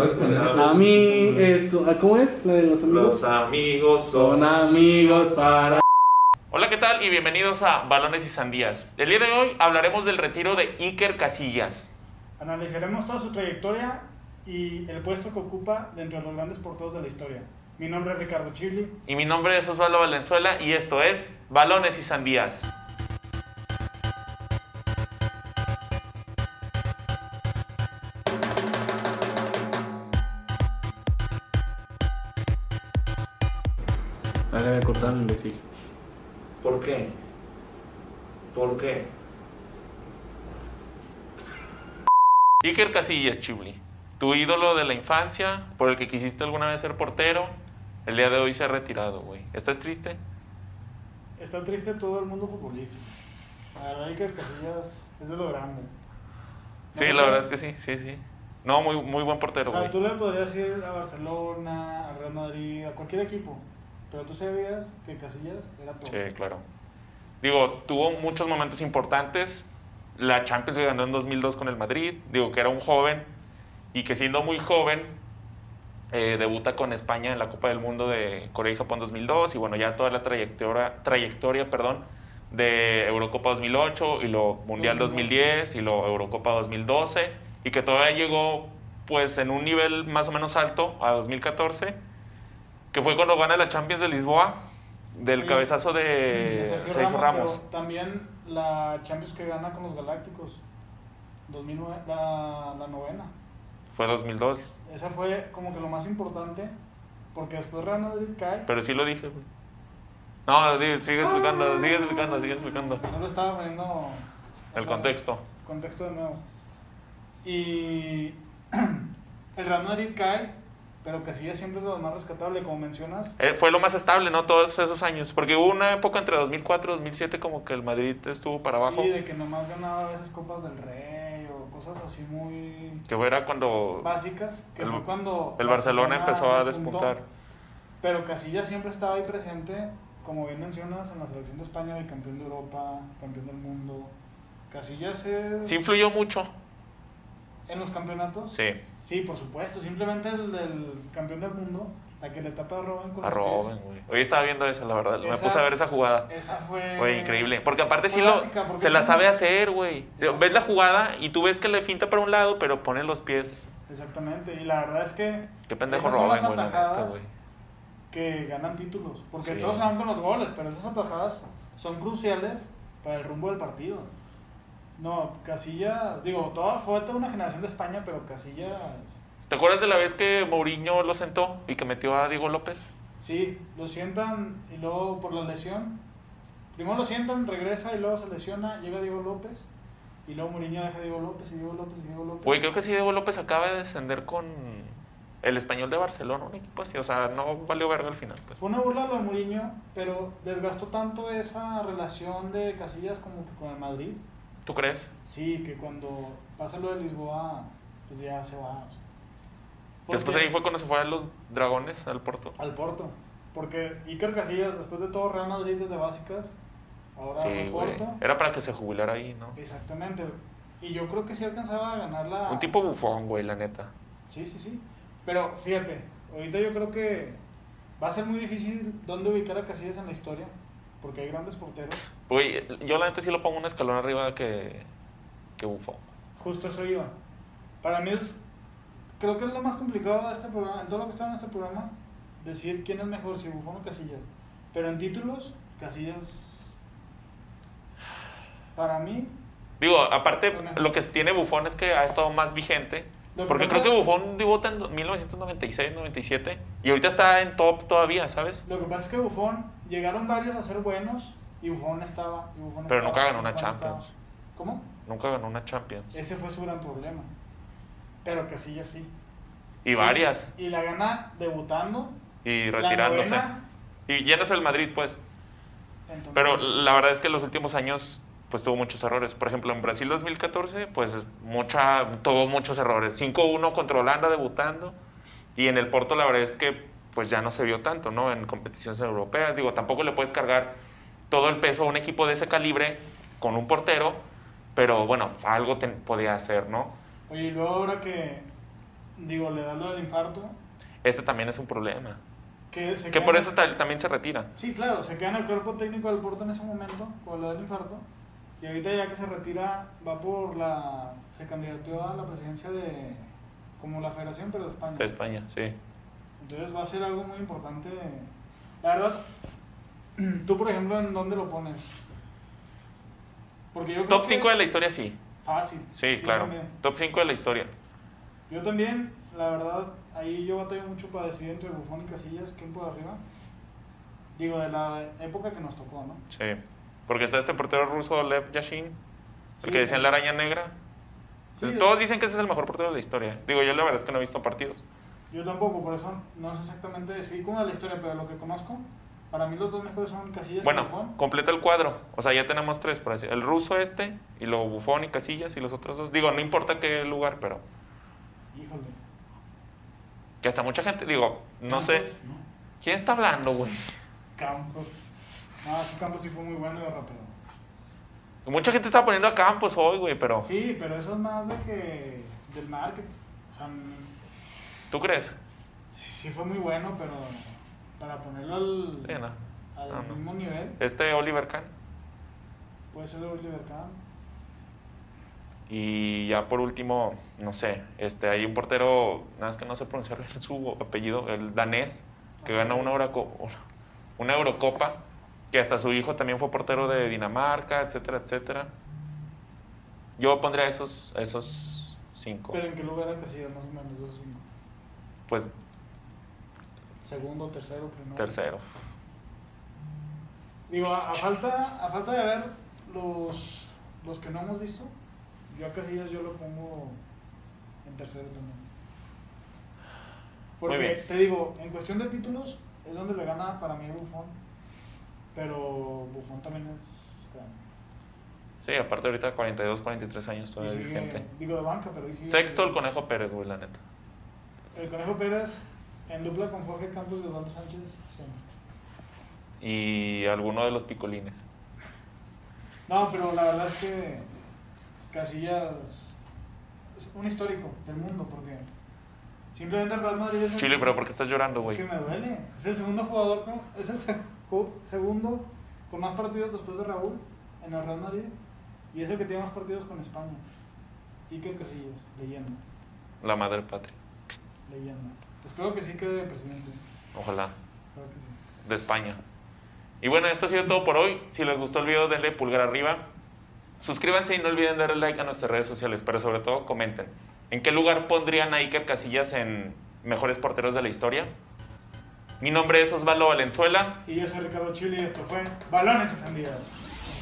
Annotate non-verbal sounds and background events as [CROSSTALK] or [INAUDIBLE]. A mí, esto, ah, ¿cómo es? La de los amigos. Los amigos Son son. amigos para. Hola, ¿qué tal? Y bienvenidos a Balones y Sandías. El día de hoy hablaremos del retiro de Iker Casillas. Analizaremos toda su trayectoria y el puesto que ocupa dentro de los grandes porteros de la historia. Mi nombre es Ricardo Chili. Y mi nombre es Osvaldo Valenzuela y esto es Balones y Sandías. Ah, le voy a cortar el imbécil. ¿Por qué? ¿Por qué? Iker Casillas, Chibli. Tu ídolo de la infancia, por el que quisiste alguna vez ser portero, el día de hoy se ha retirado, güey. ¿Estás triste? Está triste todo el mundo futbolista. La verdad es que Casillas es de lo grande. Sí, la verdad es que sí, sí, sí. No, muy, muy buen portero, O sea, güey. tú le podrías ir a Barcelona, a Real Madrid, a cualquier equipo. Pero tú sabías que Casillas era todo. Sí, claro. Digo, tuvo muchos momentos importantes. La Champions que ganó en 2002 con el Madrid. Digo, que era un joven y que siendo muy joven eh, debuta con España en la Copa del Mundo de Corea y Japón 2002. Y bueno, ya toda la trayectoria, trayectoria perdón, de Eurocopa 2008 y lo Mundial 2010 y lo Eurocopa 2012. Y que todavía llegó pues en un nivel más o menos alto a 2014 que fue cuando gana la Champions de Lisboa del Oye, cabezazo de de Sergio Eh, Sergio Ramos. pero también la Champions que gana con los Galácticos. 2009, la, la novena. Fue 2002. Esa fue como que lo más importante, porque después Real Madrid cae. Pero sí lo dije, güey. No, di- sigue explicando, sigue explicando, sigue explicando. No lo estaba poniendo. El contexto. Contexto de nuevo. Y [CLEARS THROAT] el Real Madrid cae, pero Casillas siempre es lo más rescatable, como mencionas. Eh, fue lo más estable, ¿no? Todos esos años. Porque hubo una época entre 2004 y 2007 como que el Madrid estuvo para abajo. Sí, de que nomás ganaba a veces Copas del Rey o cosas así muy Que era cuando básicas, que El- fue cuando el Barcelona empezó a despuntó. despuntar. Pero Casillas siempre estaba ahí presente, como bien mencionas, en la selección de España, bicampeón de Europa, campeón del mundo. Casillas es... Sí influyó mucho. ¿En los campeonatos? Sí. Sí, por supuesto. Simplemente el del campeón del mundo, la que le tapa a Robin con A los Robin, güey. Hoy estaba viendo eso, la verdad. Me Esa- puse a ver esa jugada. pies. Esa fue... Güey, increíble. Porque aparte fue sí lo, básica, porque se es la una- sabe hacer, güey. Exacto. Ves la jugada y tú ves que le finta para un lado, pero pone los pies. Exactamente. Y la verdad es que... Qué pendejo esas son Robin, las güey, la neta, atajadas güey. que ganan títulos. Porque Sí. todos se van con los goles, pero esas atajadas son cruciales para el rumbo del partido. No, Casilla... Digo, toda fue toda una generación de España, pero Casilla... ¿Te acuerdas de la vez que Mourinho lo sentó y que metió a Diego López? Sí, lo sientan y luego por la lesión. Primero lo sientan, regresa y luego se lesiona, llega Diego López. Y luego Mourinho deja a Diego López y Diego López y Diego López. Güey, creo que sí, Diego López acaba de descender con el español de Barcelona, un equipo así. O sea, no valió verga al final, pues. Fue una burla lo de Mourinho, pero desgastó tanto esa relación de Casillas como que con el Madrid. ¿Tú crees? Sí, que cuando pasa lo de Lisboa, pues ya se va. Porque- Después ahí fue cuando se fue a los Dragones, al Porto. Al Porto. Porque Iker Casillas, después de todo Real Madrid desde básicas, ahora Sí, al güey. Porto. Era para que se jubilara ahí, ¿no? Exactamente. Y yo creo que sí alcanzaba a ganar la... Un tipo bufón, güey, la neta. Sí, sí, sí. Pero fíjate, ahorita yo creo que va a ser muy difícil dónde ubicar a Casillas en la historia, porque hay grandes porteros. Güey, yo la neta sí lo pongo un escalón arriba que, que bufón. Justo eso iba. Para mí es... Creo que es lo más complicado de este programa, en todo lo que está en este programa, decir quién es mejor, si Buffon o Casillas. Pero en títulos, Casillas... Para mí, Digo, aparte, Una. lo que tiene Bufón es que ha estado más vigente. Lo que Porque pasa- creo que Bufón debutó en 1996, 97. Y ahorita está en top todavía, ¿sabes? Lo que pasa es que Buffon llegaron varios a ser buenos y Buffon estaba. Y Buffon Pero estaba, nunca ganó una Buffon estaba. Champions. ¿Cómo? Nunca ganó una Champions. Ese fue su gran problema. Pero Casillas sí. Y varias. Y la gana debutando. Y la retirándose. novena, Y llenas el Madrid, pues. entonces- Pero la verdad es que en los últimos años pues tuvo muchos errores. Por ejemplo, en Brasil 2014, pues mucha, tuvo muchos errores. 5-1 contra Holanda debutando. Y en el Porto la verdad es que pues ya no se vio tanto, ¿no? En competiciones europeas. Digo, tampoco le puedes cargar todo el peso a un equipo de ese calibre con un portero. Pero bueno, algo te podía hacer, ¿no? Oye, y luego ahora que digo, le da lo del infarto, Ese también es un problema. que se Que queda- por eso tal- también se retira. Sí, claro, se queda en el cuerpo técnico del Porto en ese momento, cuando le da el infarto, y ahorita ya que se retira, va por la... se candidató a la presidencia de... como la federación, pero de España. De España, sí. Entonces va a ser algo muy importante. La verdad, [CLEARS THROAT] tú por ejemplo, ¿en dónde lo pones? Porque yo creo Top que- 5 de la historia, sí. Fácil. Sí, Yo claro. también. Top 5 de la historia. Yo también, la verdad, ahí yo batallo mucho para decidir entre Bufón y Casillas, quién por arriba. Digo, de la época que nos tocó, ¿no? Sí. Porque está este portero ruso, Lev Yashin, Sí, el que decían la araña negra. Sí, Todos dicen que ese es el mejor portero de la historia. Digo, yo la verdad es que no he visto partidos. Yo tampoco, por eso no sé exactamente decidir cómo es la historia, pero lo que conozco, para mí los dos mejores son Casillas y este Bueno, Bufón. completa el cuadro. O sea, ya tenemos tres, por así El ruso este, y luego Bufón y Casillas, y los otros dos. Digo, no importa qué lugar, pero Híjole. que hasta mucha gente, digo, no sé. Campos, ¿no? ¿Quién está hablando, güey? Campos. Ah, sí, Campos sí fue muy bueno y rápido. Mucha gente está poniendo a Campos hoy, güey, pero Sí, pero eso es más de que del marketing. O sea, n- ¿tú crees? sí, sí fue muy bueno, pero para ponerlo al, Sí, no. al No, no. mismo nivel, Este Oliver Kahn. puede ser Oliver Kahn. Y ya por último, no sé, este, hay un portero, nada más que no sé pronunciar bien su apellido, el danés, que gana una, Euro- una Eurocopa, que hasta su hijo también fue portero de Dinamarca, etcétera, etcétera. Yo pondría esos, esos cinco. Pero en qué lugar era Casillas, más o menos, de esos cinco. Pues Segundo, tercero, primero. tercero. Digo, a, a falta, a falta de ver los, los que no hemos visto, yo a Casillas yo lo pongo en tercero también. Porque, Muy bien. te digo, en cuestión de títulos, es donde le gana para mí Buffon. Pero Buffon también es. o sea, Sí, aparte ahorita 42, 43 años y todavía sigue- vigente. digo de banca, pero. ahí sigue- Sexto, el Conejo Pérez, güey, la neta. El Conejo Pérez en dupla con Jorge Campos y Eduardo Sánchez. siempre. Y alguno de los picolines. No, pero la verdad es que Casillas es un histórico del mundo porque simplemente el Real Madrid es el- Chile, pero ¿por qué estás llorando, Es güey? que me duele. Es el segundo jugador, ¿no? es el se- ju- segundo con más partidos después de Raúl en el Real Madrid y es el que tiene más partidos con España. Iker Casillas, leyenda, La madre patria. leyenda. Espero que sí quede presidente. Ojalá. Espero que sí. de España. Y bueno, esto ha sido todo por hoy. Si les gustó el video, denle pulgar arriba. Suscríbanse y no olviden darle like a nuestras redes sociales, pero sobre todo comenten. ¿En qué lugar pondrían a Iker Casillas en mejores porteros de la historia? Mi nombre es Osvaldo Valenzuela. Y yo soy Ricardo Chile y esto fue Balones encendidos.